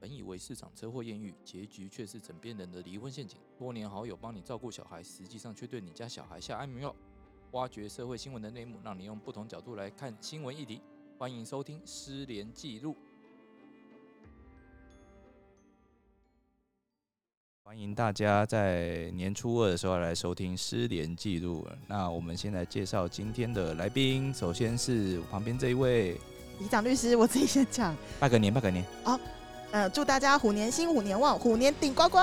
本以为市场车祸艳遇，结局却是枕边人的离婚陷阱。多年好友帮你照顾小孩，实际上却对你家小孩下安眠药。挖掘社会新闻的内幕，让你用不同角度来看新闻议题。欢迎收听《失联记录》。欢迎大家在年初二的时候来收听《失联记录》。那我们先来介绍今天的来宾，首先是我旁边这一位，李长律师，我自己先讲。拜个年，拜个年。呃，祝大家虎年新，虎年旺，虎年顶呱 呱。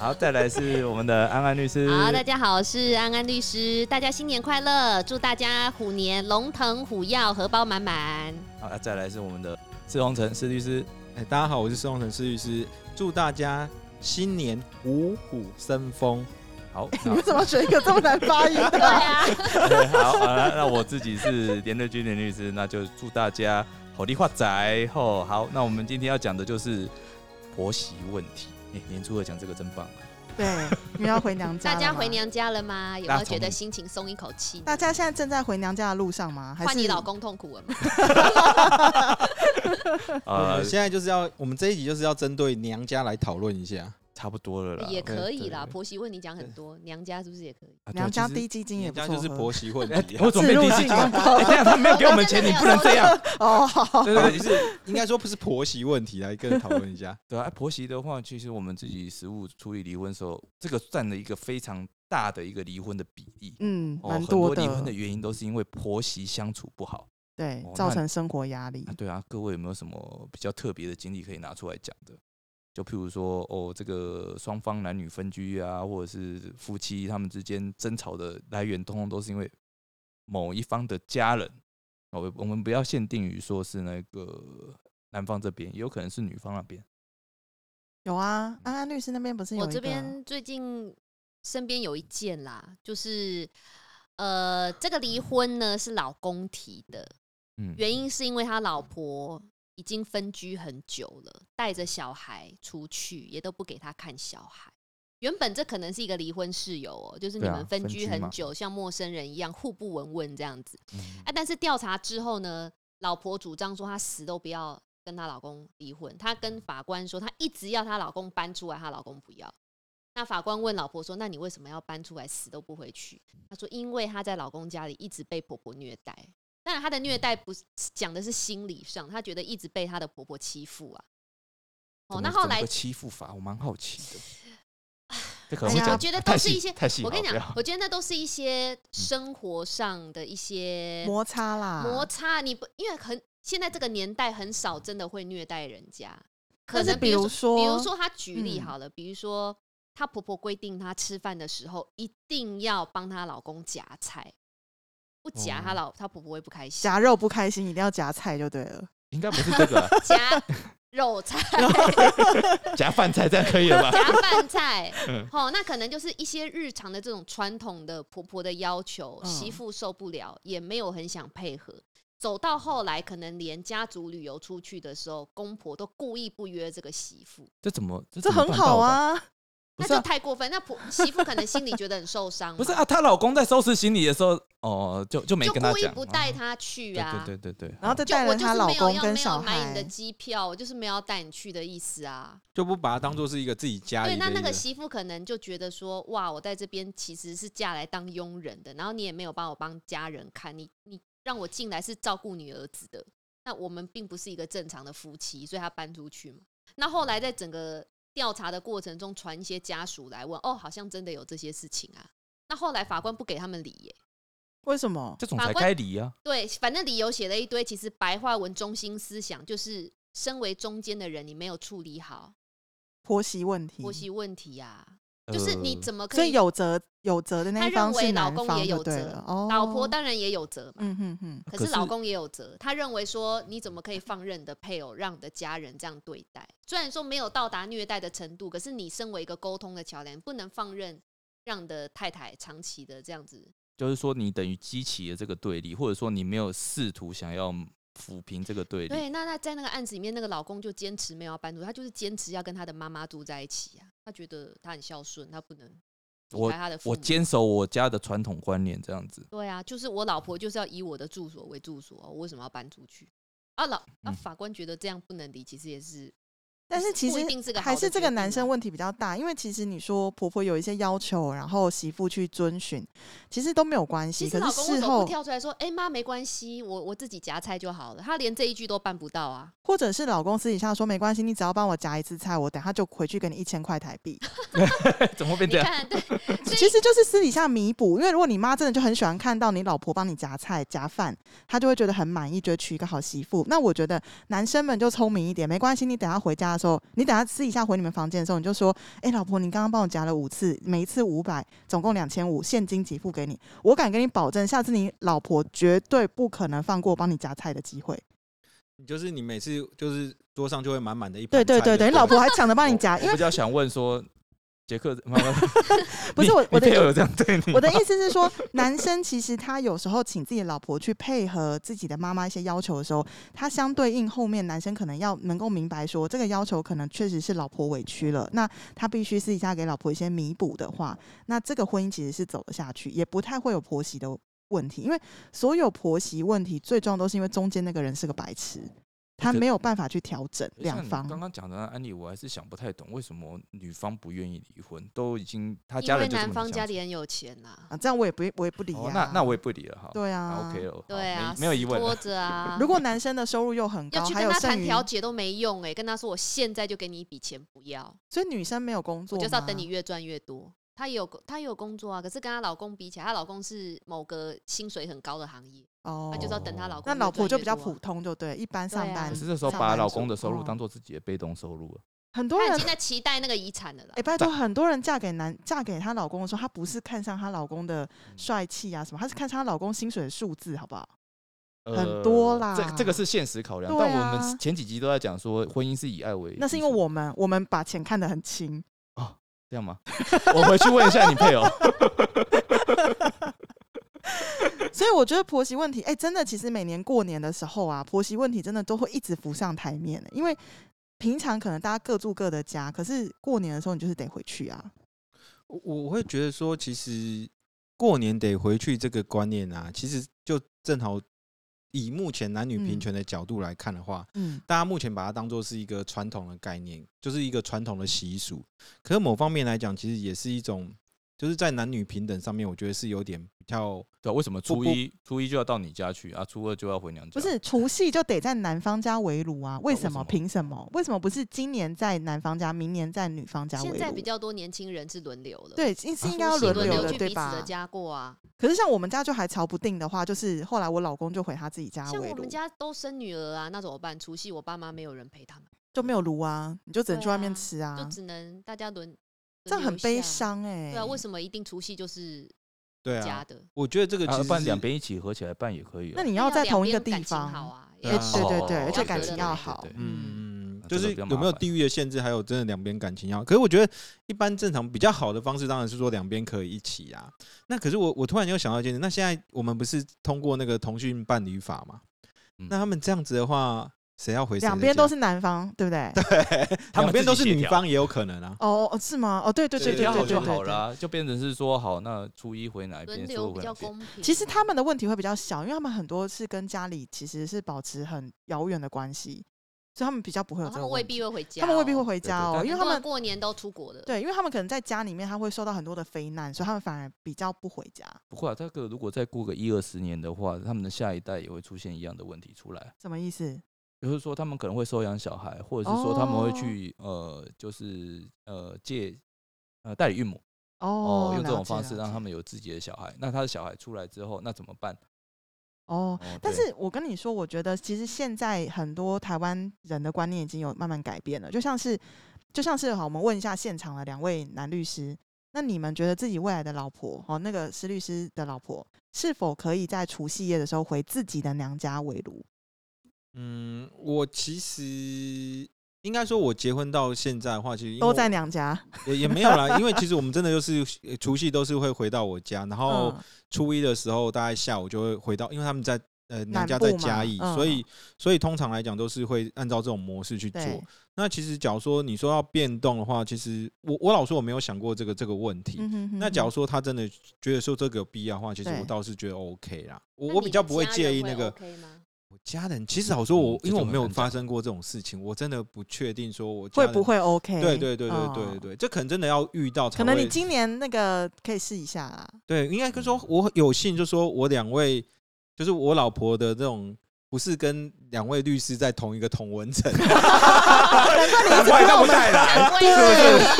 好，再来是我们的安安律师。好，大家好，我是安安律师，大家新年快乐，祝大家虎年龙腾虎跃，荷包满满。好，那再来是我们的施宏成施律师。哎，大家好，我是施宏成施律师，祝大家新年五虎生风。好，你那为什么选一个这么难发音 的、啊，对好，好了，那我自己是连瑞君连律师，那就祝大家好利发财吼。好，那我们今天要讲的就是婆媳问题。哎，年初二讲这个真棒，啊对，因为要回娘家。大家回。娘家了吗？有大家没有觉从得心情松一口气？大家现在正在回娘家的路上吗？还是换你老？公痛苦了吗？我呃们，现在就是要，我们这一集就是要针对娘家来讨论一下。差不多了啦。啊也可以啦，对婆媳问你讲很多，娘家是不是也可以？啊对娘家其实低基金也娘不家错。就是婆媳混哎题啊、我准备第一季自入性很高哎 这样他没有给我们钱，你不能这样。哦，好，对对对对，不是应该说不是婆媳问题，来跟讨论一下。对啊，婆媳的话，其实我们自己实务处理离婚的时候，这个占了一个非常大的一个离婚的比例。嗯，哦，蛮很多的离婚的原因都是因为婆媳相处不好对哦，造成生活压力啊。。对啊，各位有没有什么比较特别的经历可以拿出来讲的？就譬如说，哦，这个双方男女分居啊，或者是夫妻他们之间争吵的来源，通通都是因为某一方的家人。哦，我我们不要限定于说是那个男方这边，也有可能是女方那边。有啊，安安律师那边不是有我一个这边最近身边有一件啦，就是呃，这个离婚呢是老公提的，嗯，原因是因为他老婆已经分居很久了，带着小孩出去也都不给他看小孩。原本这可能是一个离婚事由哦，就是你对啊们分居分居嘛很久，像陌生人一样互不闻问这样子。嗯啊，但是调查之后呢，老婆主张说她死都不要跟她老公离婚，她跟法官说她一直要她老公搬出来，她老公不要。那法官问老婆说：“那你为什么要搬出来，死都不回去？”她说：“因为她在老公家里一直被婆婆虐待。当然，她的虐待不是讲的是心理上，她觉得一直被她的婆婆欺负啊。哦，怎那么后怎么来个欺负法，我蛮好奇的。 这可能哎会呀讲我觉得太都是细一些太细，我跟你好不讲，要嗯我觉得那都是一 些生活上的一些摩擦啦，摩擦，你不因为很现在这个年代很少真的会虐待人家，可但是能比比如如说比如说她举例嗯好了，比如说她婆婆规定她吃饭的时候一定要帮她老公夹菜，不夹她哦老她婆婆会不开心，夹肉不开心，一定要夹菜就对了。应该不是这个啊 夹肉菜 夹饭菜，这样可以了吧？夹饭菜 嗯，哦，那可能就是一些日常的这种传统的婆婆的要求，嗯媳妇受不了，也没有很想配合。走到后来，可能连家族旅游出去的时候，公婆都故意不约这个媳妇，这怎 么这这怎么很办好到的？啊，不那是就啊，太过分。那婆媳妇可能心里觉得很受伤嘛，不是啊，她老公在收拾行李的时候，哦，就就没就跟她故意讲，不哦带她去啊。对对哦对对对，然后再就带我了就她是老没有公要跟没有小买你的孩，机票，我就是没有要带你去的意思啊。就不把它当做是一个自己家里对，的那一那个个媳妇可能就觉得说，哇，我在这边其实是嫁来当佣人的，然后你也没有帮我帮家人看，你你让我进来是照顾你儿子的，那我们并不是一个正常的夫妻，所以他搬出去嘛。那后来在整个调查的过程中，传一些家属来问，哦，好像真的有这些事情啊。那后来法官不给他们理耶，为什么？这种法才官该离啊。对，反正理由写了一堆，其实白话文中心思想就是，身为中间的人，你没有处理好婆媳问题，婆媳问题呀、就是你呃怎么可嗯所以以有责有责的那他一方认为是老男公方也就有对责了哦，老婆当然也有责嘛，嗯哼哼，可可是老是公也有责。他认为说，你怎么可以放任你的配偶让你的家人这样对待？虽然说没有到达虐待的程度，可是你身为一个沟通的桥梁，不能放任让你的太太长期的这样子。就是说你等于激起了这个对立，或者说你没有试图想要抚平这个对立。对，那那在那个案子里面，那个老公就坚持没有要搬出，他就是坚持要跟他的妈妈住在一起啊。他觉得他很孝顺，他不能离我开他的父我母。坚守我家的传统观念，这样 子。对啊，就是我老婆就是要以我的住所为住所，我为什么要搬出去？啊老啊，嗯法官觉得这样不能离，其实也是但是其不一实定是个好还的是这决个定男啊生问题比较大，因为其实你说婆婆有一些要求，然后媳妇去遵循，其实都没有关其系。实可老是公为事什么后不，跳出来说：“哎、妈，没关系，我我自己夹菜就好了。”他连这一句都办不到啊！或者是老公私底下说没关系，你只要帮我夹一次菜，我等下就回去给你一千块台币。怎么会变你这样？看， 对，所以其实就是私底下弥补，因为如果你妈真的就很喜欢看到你老婆帮你夹菜夹饭，她就会觉得很满意，觉得娶一个好媳妇。那我觉得男生们就聪明一点，没关系，你等下回家的时候，你等下私底下回你们房间的时候，你就说：“哎、老婆，你刚刚帮我夹了五次，每一次五百，总共两千五，现金给付给你。我敢跟你保证，下次你老婆绝对不可能放过帮你夹菜的机会。你就是你每次就是桌上就会满满的一”盘对菜。对对对，你老婆还抢着帮你我夹，因我为比较想问说，杰克， 不是我我我的配偶有这样对你吗， 我的意思是说，男生其实他有时候请自己的老婆去配合自己的妈妈一些要求的时候，他相对应后面男生可能要能够明白说，这个要求可能确实是老婆委屈了，那他必须私底下给老婆一些弥补的话，那这个婚姻其实是走得下去，也不太会有婆媳的问题，因为所有婆媳问题最终都是因为中间那个人是个白痴，他我觉得没有办法去调整像两你方。刚刚讲的那案例，我还是想不太懂，为什么女方不愿意离婚？都已经他因家为人就这男么方想家做里很有钱呐、啊，这样我也不我也不理哦啊。那那我也不理了哈。对那啊，OK 了，好对啊，没没有疑问拖了。着啊。如果男生的收入又很要高，去还跟有他剩谈余调解都没用哎、跟他说我现在就给你一笔钱，不要，所以女生没有工我作吗，就是要等你越赚越多。她也有她也有工作啊，可是跟她老公比起来，她老公是某个薪水很高的行业，哦她就是要等她老公那越赚越多啊。老婆就比较普通，就对，一般对啊上班可嗯是这时候上把班老族公的收入哦当做自己的被动收入了，很多她已人经。在期待那个遗产了啦啊哎、。拜托，很多人嫁给男嫁给她老公的时候，她不是看上她老公的帅气啊什么，她是看上她老公薪水的数字，好不好？很多呃啦这这个是现实考量，对但我啊们前几集都在讲说婚姻是以爱为基础，那是因为我们我们把钱看得很轻，这样吗？我回去问一下你 配偶。所以我觉得婆媳问题，哎、真的，其实每年过年的时候啊，婆媳问题真的都会一直浮上台面的，欸因为平常可能大家各住各的家，可是过年的时候你就是得回去啊。我我会觉得说，其实过年得回去这个观念啊，其实就正好以目前男女平嗯权的角度来看的话，嗯，大家目前把它当做是一个传统的概念，就是一个传统的习俗。可是某方面来讲，其实也是一种，就是在男女平等上面，我觉得是有点比较对啊，为什么初不一初一就要到你家去啊？初二就要回娘家？不是除夕就得在男方家围炉啊？为为什什么？么凭什么？为什么不是今年在男方家，明年在女方家围现在比炉？较多年轻人是轮流了，，对，应是应该啊要除夕轮轮流流的，去彼对此吧的？家过啊。可是像我们家就还瞧不定的话，就是后来我老公就回他自己家像围我炉们，家都生女儿啊，那怎么办？除夕我爸妈没有人陪他们，就没有炉啊，你就只能对去外面啊吃啊，就只能大家轮。这样轮很流一悲下。伤哎、对啊，为什么一定除夕就是对家啊。的？我觉得这个啊其，不实然是两边一起合起来办也可以啊。那你你要在同一个地好方，啊，对也啊是对对哦对，而且要感隔情得要来好对，对嗯。嗯那，就啊这个是比较有麻没有烦地域的限制，还有真的两边感情要。可是我觉得一般正常比较好的方式，当然是说两边可以一起啊。那可是我我突然又想到一件事，那现在我们不是通过那个同讯伴侣法嘛？嗯那他们这样子的话，谁要回谁的家？两边都是男方，对不对？他两们边都是自己协女调方也有可能啊。哦哦，是吗？哦，对对对协对调对好对就对好啊对。啦，就变成是说好，那初一回哪一轮边，初流二比回较哪边？公平。啊其实他们的问题会比较小，因为他们很多是跟家里其实是保持很遥远的关系，所以他们比较不会有哦这他个们问未题。必会回家哦，他们未必会回家哦，对对因为很他多人们过年都出国的。对，因为他们可能在家里面他会受到很多的非难，所以他们反而比较不回家。不过、啊、这个如果再过个一二十年的话，他们的下一代也会出现一样的问题出来，什么意思？比如说他们可能会收养小孩，或者是说他们哦会去、呃，就是呃借呃代理孕母哦，用这种了解方式了让解他们有自己的小孩。那他的小孩出来之后，那怎么办？哦哦。但对是我跟你说，我觉得其实现在很多台湾人的观念已经有慢慢改变了，就像是就像是好，我们问一下现场的两位男律师，那你们觉得自己未来的老婆，哦，那个施律师的老婆，是否可以在除夕夜的时候回自己的娘家围炉？嗯，我其实应该说，我结婚到现在的话，其实因为都我在娘家，也也没有啦，因为其实我们真的就是呃除夕都是会回到我家，然后嗯，初一的时候大概下午就会回到，因为他们在呃娘家南部在嘛嘉义，嗯所以所以通常来讲都是会按照这种模式去做。对，那其实假如说你说要变动的话，其实我我老说我没有想过这个这个问题。嗯哼哼那假如哼说他真的觉得说这个有必要的话，其实对我倒是觉得 OK 啦，我那我你比较不会家介人意那个 OK 吗？我家人其实好说我，嗯这因就为我很没有难发讲生过这种事情，我真的不确定说我家会人不。会 OK？对对对对对哦对，这可能真的要遇到才可能你嗯会今年那个可以试一下啦。对，应该就说我有幸，就说我两位，就是我老婆的这种，不是跟两位律师在同一个同文 层，哎难怪那么太难。难怪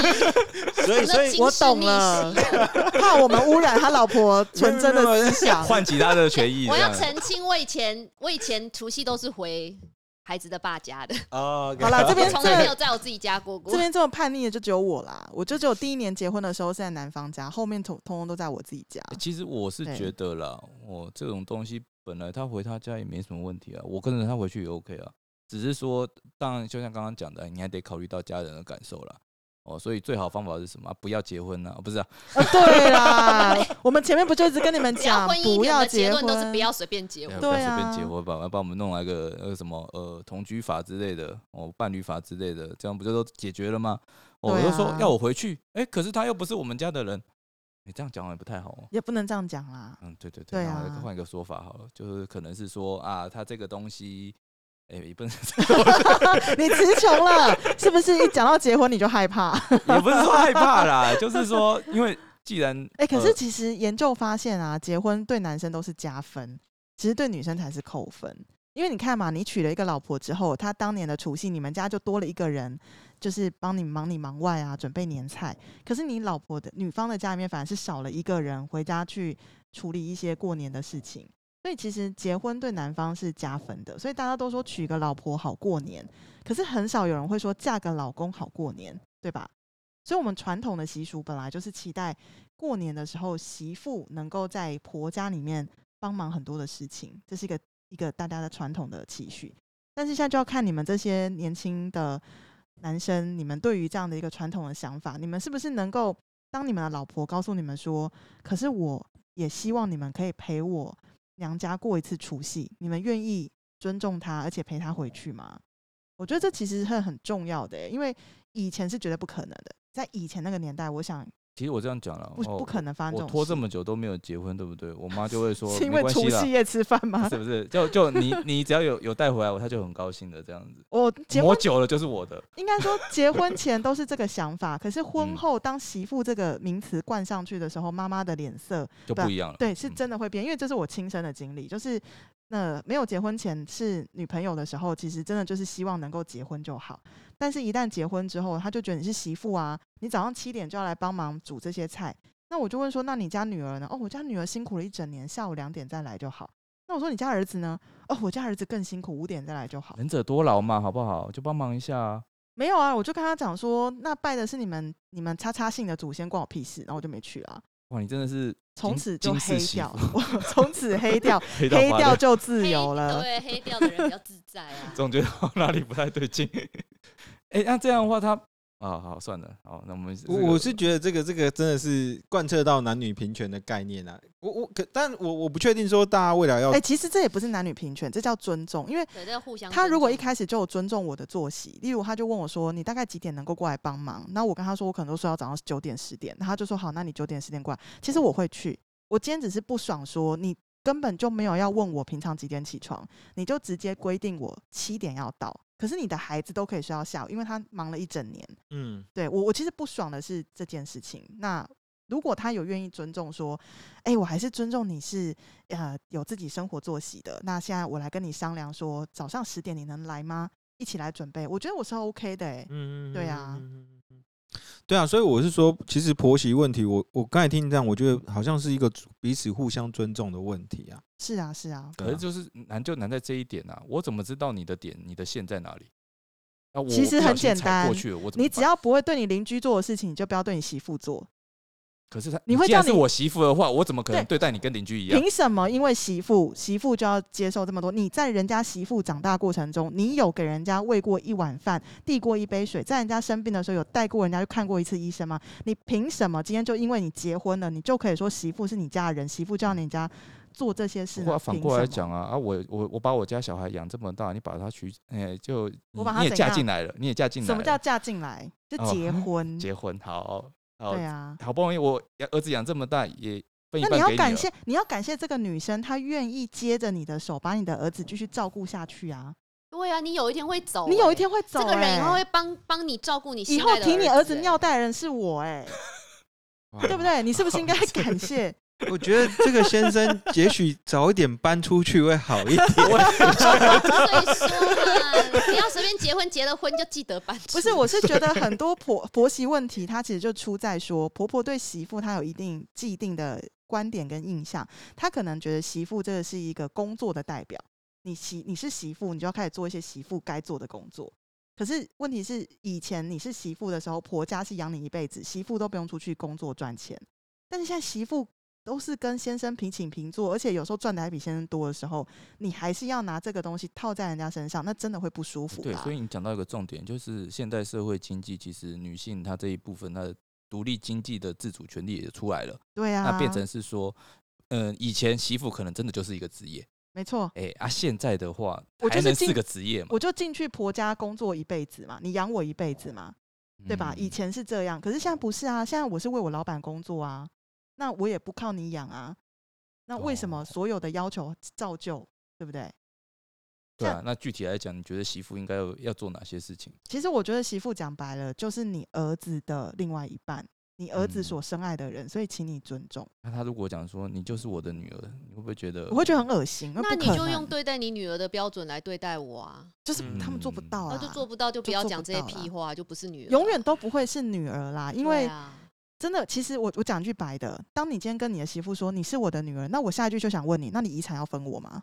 所以所以我懂 了 怕我们污染他老婆纯真没有没有的思 想。换其他的权益，我这要样澄清，我以前我以前除夕都是回孩子的爸家的，啊，OK 好了，这边从这来没边有在我自己家过过这。边这么叛逆的就只有我啦。我就只有第一年结婚的时候是在男方家，后面通通通都在我自己 家。其实我是啊对觉得啦，我这种东西本来他回他家也没什么问题啊，我跟着他回去也 OK 啊。只是说，当然就像刚刚讲的，你还得考虑到家人的感受啦。哦，所以最好方法是什么？不要结婚啊，不是啊？啊，对啦，我们前面不就一直跟你们只要讲婚不姻一点，我要的结结论婚，都是不要随便结不婚要。对随便啊结婚吧，要帮我们弄来个呃什么呃同居法之类的，哦伴侣法之类的，这样不就都解决了吗？哦我对就说啊要我回去，哎，可是他又不是我们家的人，你这样讲好像也不太好哦。也不能这样讲啦。嗯，对对对，对那我啊再换一个说法好了，就是可能是说啊，他这个东西，哎、也不能这 么说，你词穷了，是不是？一讲到结婚你就害怕？也不是说害怕啦，就是说，因为既然哎、可是呃其实研究发现啊，结婚对男生都是加分，其实对女生才是扣分。因为你看嘛，你娶了一个老婆之后，她当年的除夕，你们家就多了一个人，就是帮你忙里忙外啊，准备年菜。可是你老婆的女方的家里面反而是少了一个人回家去处理一些过年的事情，所以其实结婚对男方是加分的。所以大家都说娶个老婆好过年，可是很少有人会说嫁个老公好过年，对吧？所以我们传统的习俗本来就是期待过年的时候，媳妇能够在婆家里面帮忙很多的事情，这是一个一个大家的传统的期许。但是现在就要看你们这些年轻的男生，你们对于这样的一个传统的想法，你们是不是能够当你们的老婆告诉你们说，可是我也希望你们可以陪我娘家过一次除夕，你们愿意尊重她，而且陪她回去吗？我觉得这其实是很重要的欸、因为以前是绝对不可能的，在以前那个年代，我想其实我这样讲了，不哦不可能发生我这种拖这事么久都没有结婚，对不对？我妈就会说，是因没为关除系啦夕夜吃饭吗？ 是不是？就就你你只要有有带回来，我她就很高兴的这样子。我结磨婚久了就是我的，应该说结婚前都是这个想法，可是婚嗯后当媳妇这个名词冠上去的时候，妈妈的脸色就对啊不一样了。对是嗯真的会变，因为这是我亲身的经历，就是那没有结婚前是女朋友的时候，其实真的就是希望能够结婚就好，但是一旦结婚之后，他就觉得你是媳妇啊，你早上七点就要来帮忙煮这些菜，那我就问说，那你家女儿呢？哦，我家女儿辛苦了一整年，下午两点再来就好。那我说你家儿子呢？哦，我家儿子更辛苦，五点再来就好。能者多劳嘛，好不好？就帮忙一下啊。没有啊，我就跟他讲说，那拜的是你们你们叉叉姓的祖先，关我屁事，然后我就没去了啊。哇，你真的是从金此就金黑氏媳掉妇，我从此黑掉，黑到黑发掉亮。就自黑由了。对黑掉的人比较自在啊 总觉得哪里不太对劲。 哎、那这样的话他，啊，好算了，好，那我们这 我个我是觉得这个这个真的是贯彻到男女平权的概念啊。我我可，但我我不确定说大家未来要哎、其实这也不是男女平权，这叫尊重，因为。对，这互相尊重。他如果一开始就有尊重我的作息，例如他就问我说：“你大概几点能够过来帮忙？”那我跟他说：“我可能都说要早上九点十点。”那他就说：“好，那你九点十点过来。”其实我会去，我今天只是不爽说你根本就没有要问我平常几点起床，你就直接规定我七点要到。可是你的孩子都可以睡到下午，因为他忙了一整年。嗯，对我，我其实不爽的是这件事情。那如果他有愿意尊重，说，哎、我还是尊重你是呃有自己生活作息的。那现在我来跟你商量说，早上十点你能来吗？一起来准备，我觉得我是 OK 的、欸。嗯，对啊嗯，嗯嗯嗯嗯对啊，所以我是说，其实婆媳问题，我我刚才听这样，我觉得好像是一个彼此互相尊重的问题啊。是啊，是啊，可对是啊就是难就难在这一点啊，我怎么知道你的点、你的线在哪里？啊，我其实不小很心简踩单过去了，我怎么你只办要不会对你邻居做的事情，你就不要对你媳妇做。可是他，你会既然叫是你我媳妇的话，我怎么可能对待你跟邻居一样？凭什么？因为媳妇，媳妇就要接受这么多？你在人家媳妇长大过程中，你有给人家喂过一碗饭，递过一杯水，在人家生病的时候有带过人家去看过一次医生吗？你凭什么今天就因为你结婚了，你就可以说媳妇是你家的人，媳妇就要人家做这些事不呢？过反凭过来什么，讲啊啊，我我我把我家小孩养这么大，你把他娶，哎、就我你把他你也怎嫁样进来了，你也嫁进来了，什么叫嫁进来？就哦结婚， 结婚？好，好对，啊。好不容易我养儿子养这么大，也分一那半你要给感了谢，你要感谢这个女生，她愿意接着你的手，把你的儿子继续照顾下去啊！对啊，你有一天会走欸、你有一天会走、这个人以后哎会帮帮你照顾你心以爱后的提你儿子欸尿袋的人是我、哎，哇对不？对？你是不是应该感谢？我觉得这个先生 也许早一点搬出去会好一点。所以说嘛，你要随便结婚，结了婚就记得搬出。不是，我是觉得很多婆婆媳问题，它其实就出在说婆婆对媳妇她有一定既定的观点跟印象，她可能觉得媳妇这个是一个工作的代表，你媳你是媳妇，你就要开始做一些媳妇该做的工作。可是问题是，以前你是媳妇的时候，婆家是养你一辈子，媳妇都不用出去工作赚钱。但是现在媳妇都是跟先生平起平坐，而且有时候赚的还比先生多的时候，你还是要拿这个东西套在人家身上，那真的会不舒服对，吧所？以你讲到一个重点，就是现代社会经济，其实女性她这一部分她的独立经济的自主权利也出来了，对啊，那变成是说，呃，以前媳妇可能真的就是一个职业，没错，哎、啊，现在的话我还就是能进是个职业嘛，我就进去婆家工作一辈子嘛，你养我一辈子嘛，对吧？以嗯前是这样，可是现在不是啊，现在我是为我老板工作啊，那我也不靠你养啊，那为什么哦所有的要求照旧，对不对？对啊，那具体来讲，你觉得媳妇应该要要做哪些事情？其实我觉得媳妇讲白了就是你儿子的另外一半，你儿子嗯所深爱的人，所以请你尊重。那她如果讲说你就是我的女儿，你会不会觉得？我会觉得很恶心，那不你可就用能对待你女儿的标准来对待我啊，就是他们做不嗯到啊，那哦就做不到就就不要做讲不这些到啦屁话，就不是女儿啊，永远都不会是女儿啦，因为对啊真的，其实我我讲句白的，当你今天跟你的媳妇说你是我的女儿，那我下一句就想问你，那你遗产要分我吗？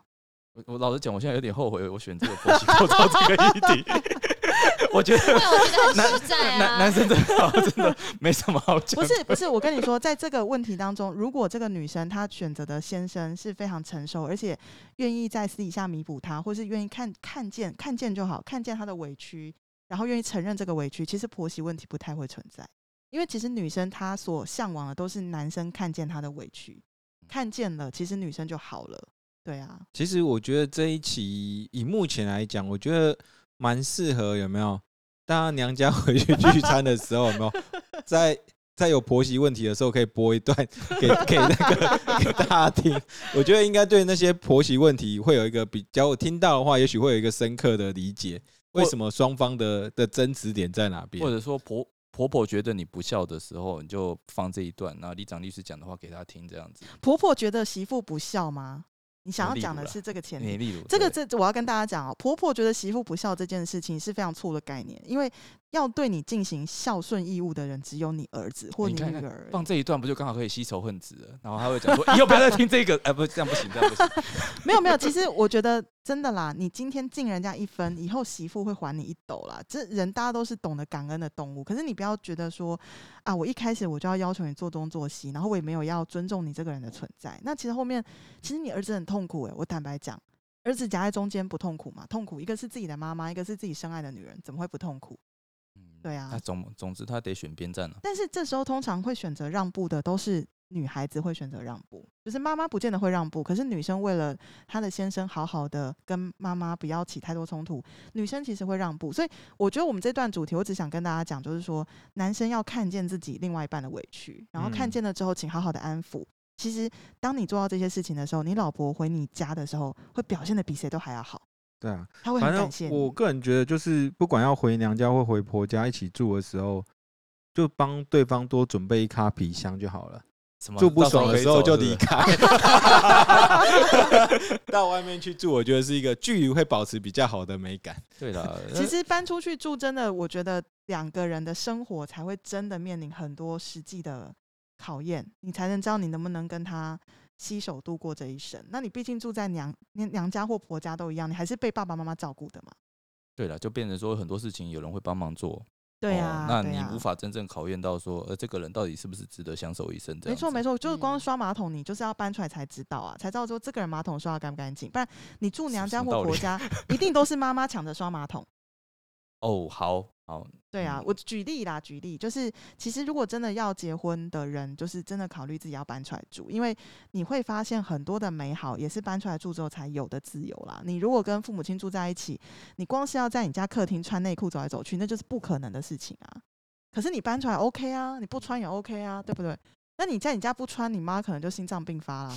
我我老实讲，我现在有点后悔，我选这个婆媳构造这个议题。 我觉得对啊，我觉得很男实男在男啊。生真的好真的没什么好讲不的。是不是，我跟你说，在这个问题当中，如果这个女生她选择的先生是非常成熟，而且愿意在私底下弥补她，或是愿意看看见看见就好，看见她的委屈，然后愿意承认这个委屈，其实婆媳问题不太会存在，因为其实女生她所向往的都是男生看见她的委屈，看见了，其实女生就好了。对啊，其实我觉得这一期以目前来讲，我觉得蛮适合有没有？大家娘家回去聚餐的时候，有没有在在有婆媳问题的时候，可以播一段 给给那个给大家听。我觉得应该对那些婆媳问题会有一个比较，我听到的话，也许会有一个深刻的理解，为什么双方的的争执点在哪边或。者说婆婆婆觉得你不孝的时候，你就放这一段，然后里长律师讲的话给他听，这样子。婆婆觉得媳妇不孝吗？你想呃要例讲如的啦是这个前你提。例如这个对这我要跟大家讲哦，婆婆觉得媳妇不孝这件事情是非常错的概念，因为要对你进行孝顺义务的人只有你儿子或你你看女看儿而已。放这一段不就刚好可以吸仇恨值了？然后他会讲说以后不要再听这个， 哎，不这样不行，这 样不行。没有没有，其实我觉得真的啦，你今天敬人家一分，以后媳妇会还你一斗啦。这人大家都是懂得感恩的动物，可是你不要觉得说啊，我一开始我就要要求你做东做西，然后我也没有要尊重你这个人的存在。那其实后面，其实你儿子很痛苦诶、欸我坦白讲，儿子夹在中间不痛苦嘛？痛苦一个是自己的妈妈，一个是自己深爱的女人，怎么会不痛苦？嗯对啊那总总之他得选边站了。但是这时候通常会选择让步的都是女孩子会选择让步，就是妈妈不见得会让步，可是女生为了她的先生好好的跟妈妈不要起太多冲突，女生其实会让步。所以我觉得我们这段主题，我只想跟大家讲，就是说男生要看见自己另外一半的委屈，然后看嗯见了之后，请好好的安抚。其实，当你做到这些事情的时候，你老婆回你家的时候，会表现的比谁都还要好，对啊，她会很反感谢正你。我个人觉得，就是不管要回娘家或回婆家一起住的时候，就帮对方多准备一卡皮箱就好了。什么住不爽的时候就离开。开， 到外面去住，我觉得是一个距离会保持比较好的美感。对了，其实搬出去住，真的，我觉得两个人的生活才会真的面临很多实际的考验，你才能知道你能不能跟他携手度过这一生。那你毕竟住在娘娘娘家或婆家都一样，你还是被爸爸妈妈照顾的嘛。对了，就变成说很多事情有人会帮忙做，对哦啊，那对你啊无。法真正考验到说，呃，这个人到底是不是值得相守一生？这没样错子没错，就是光嗯刷马桶，你就是要搬出来才知道啊，才知道说这个人马桶刷的干不干净。不然你住什娘家什么或道理婆家，一定都是妈妈抢着刷马桶。哦，好 好，对啊嗯，我举例啦，举例就是，其实如果真的要结婚的人，就是真的考虑自己要搬出来住，因为你会发现很多的美好也是搬出来住之后才有的自由啦。你如果跟父母亲住在一起，你光是要在你家客厅穿内裤走来走去，那就是不可能的事情啊。可是你搬出来 OK 啊，你不穿也 OK 啊，对不对？那你在你家不穿，你妈可能就心脏 病发啦。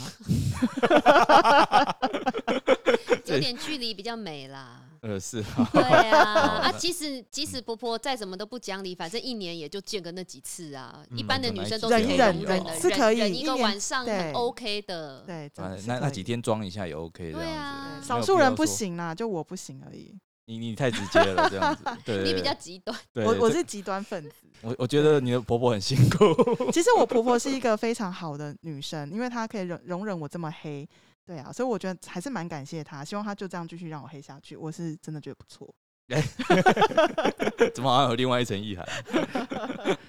有点距离比较美 啦。呃，是啊，对啊，啊，那即使即使婆婆再怎么都不讲理，反正一年也就见个那几次啊。嗯一般的女生都是忍可以忍容忍的，忍是可以忍一个一年晚上对很 OK 的。对，真啊的是那可那以几天装一下也 OK 这对样啊子，，哎少数人不行啦，就我不行而已。你你太直接了这 样子，对对你比对较极端，对我对我这是极端分子。我我觉得你的婆婆很辛 苦，其实我婆婆是一个非常好的女生，因为她可以容容忍我这么黑，对啊，所以我觉得还是蛮感谢她。希望她就这样继续让我黑下去，我是真的觉得不错。怎么好像有另外一层意 涵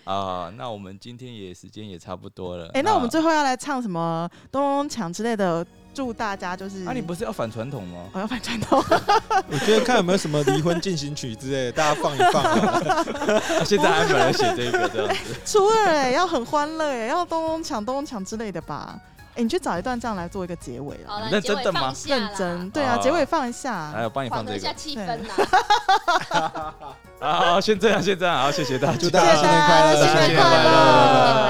啊？那我们今天也时间也差不多了，啊哎、那我们最后要来唱什么《咚咚锵》之类的，祝大家就是……啊，你不是要反传统吗？ 我要反传统，我觉得看有没有什么离婚进行曲之类的，大家放一放 啊。现在安排来写这个这样子，初二哎、要很欢乐哎、要咚咚锵咚咚锵之类的吧？哎、你去找一段这样来做一个结尾好啦，了，那结真尾的吗放哦下啦认真，对啊，哦结尾放一下。来我帮你缓放和一这下个气对氛啦。啊，好先这样先这样，好，谢谢大家，祝大家谢谢新年大快家乐，新年快乐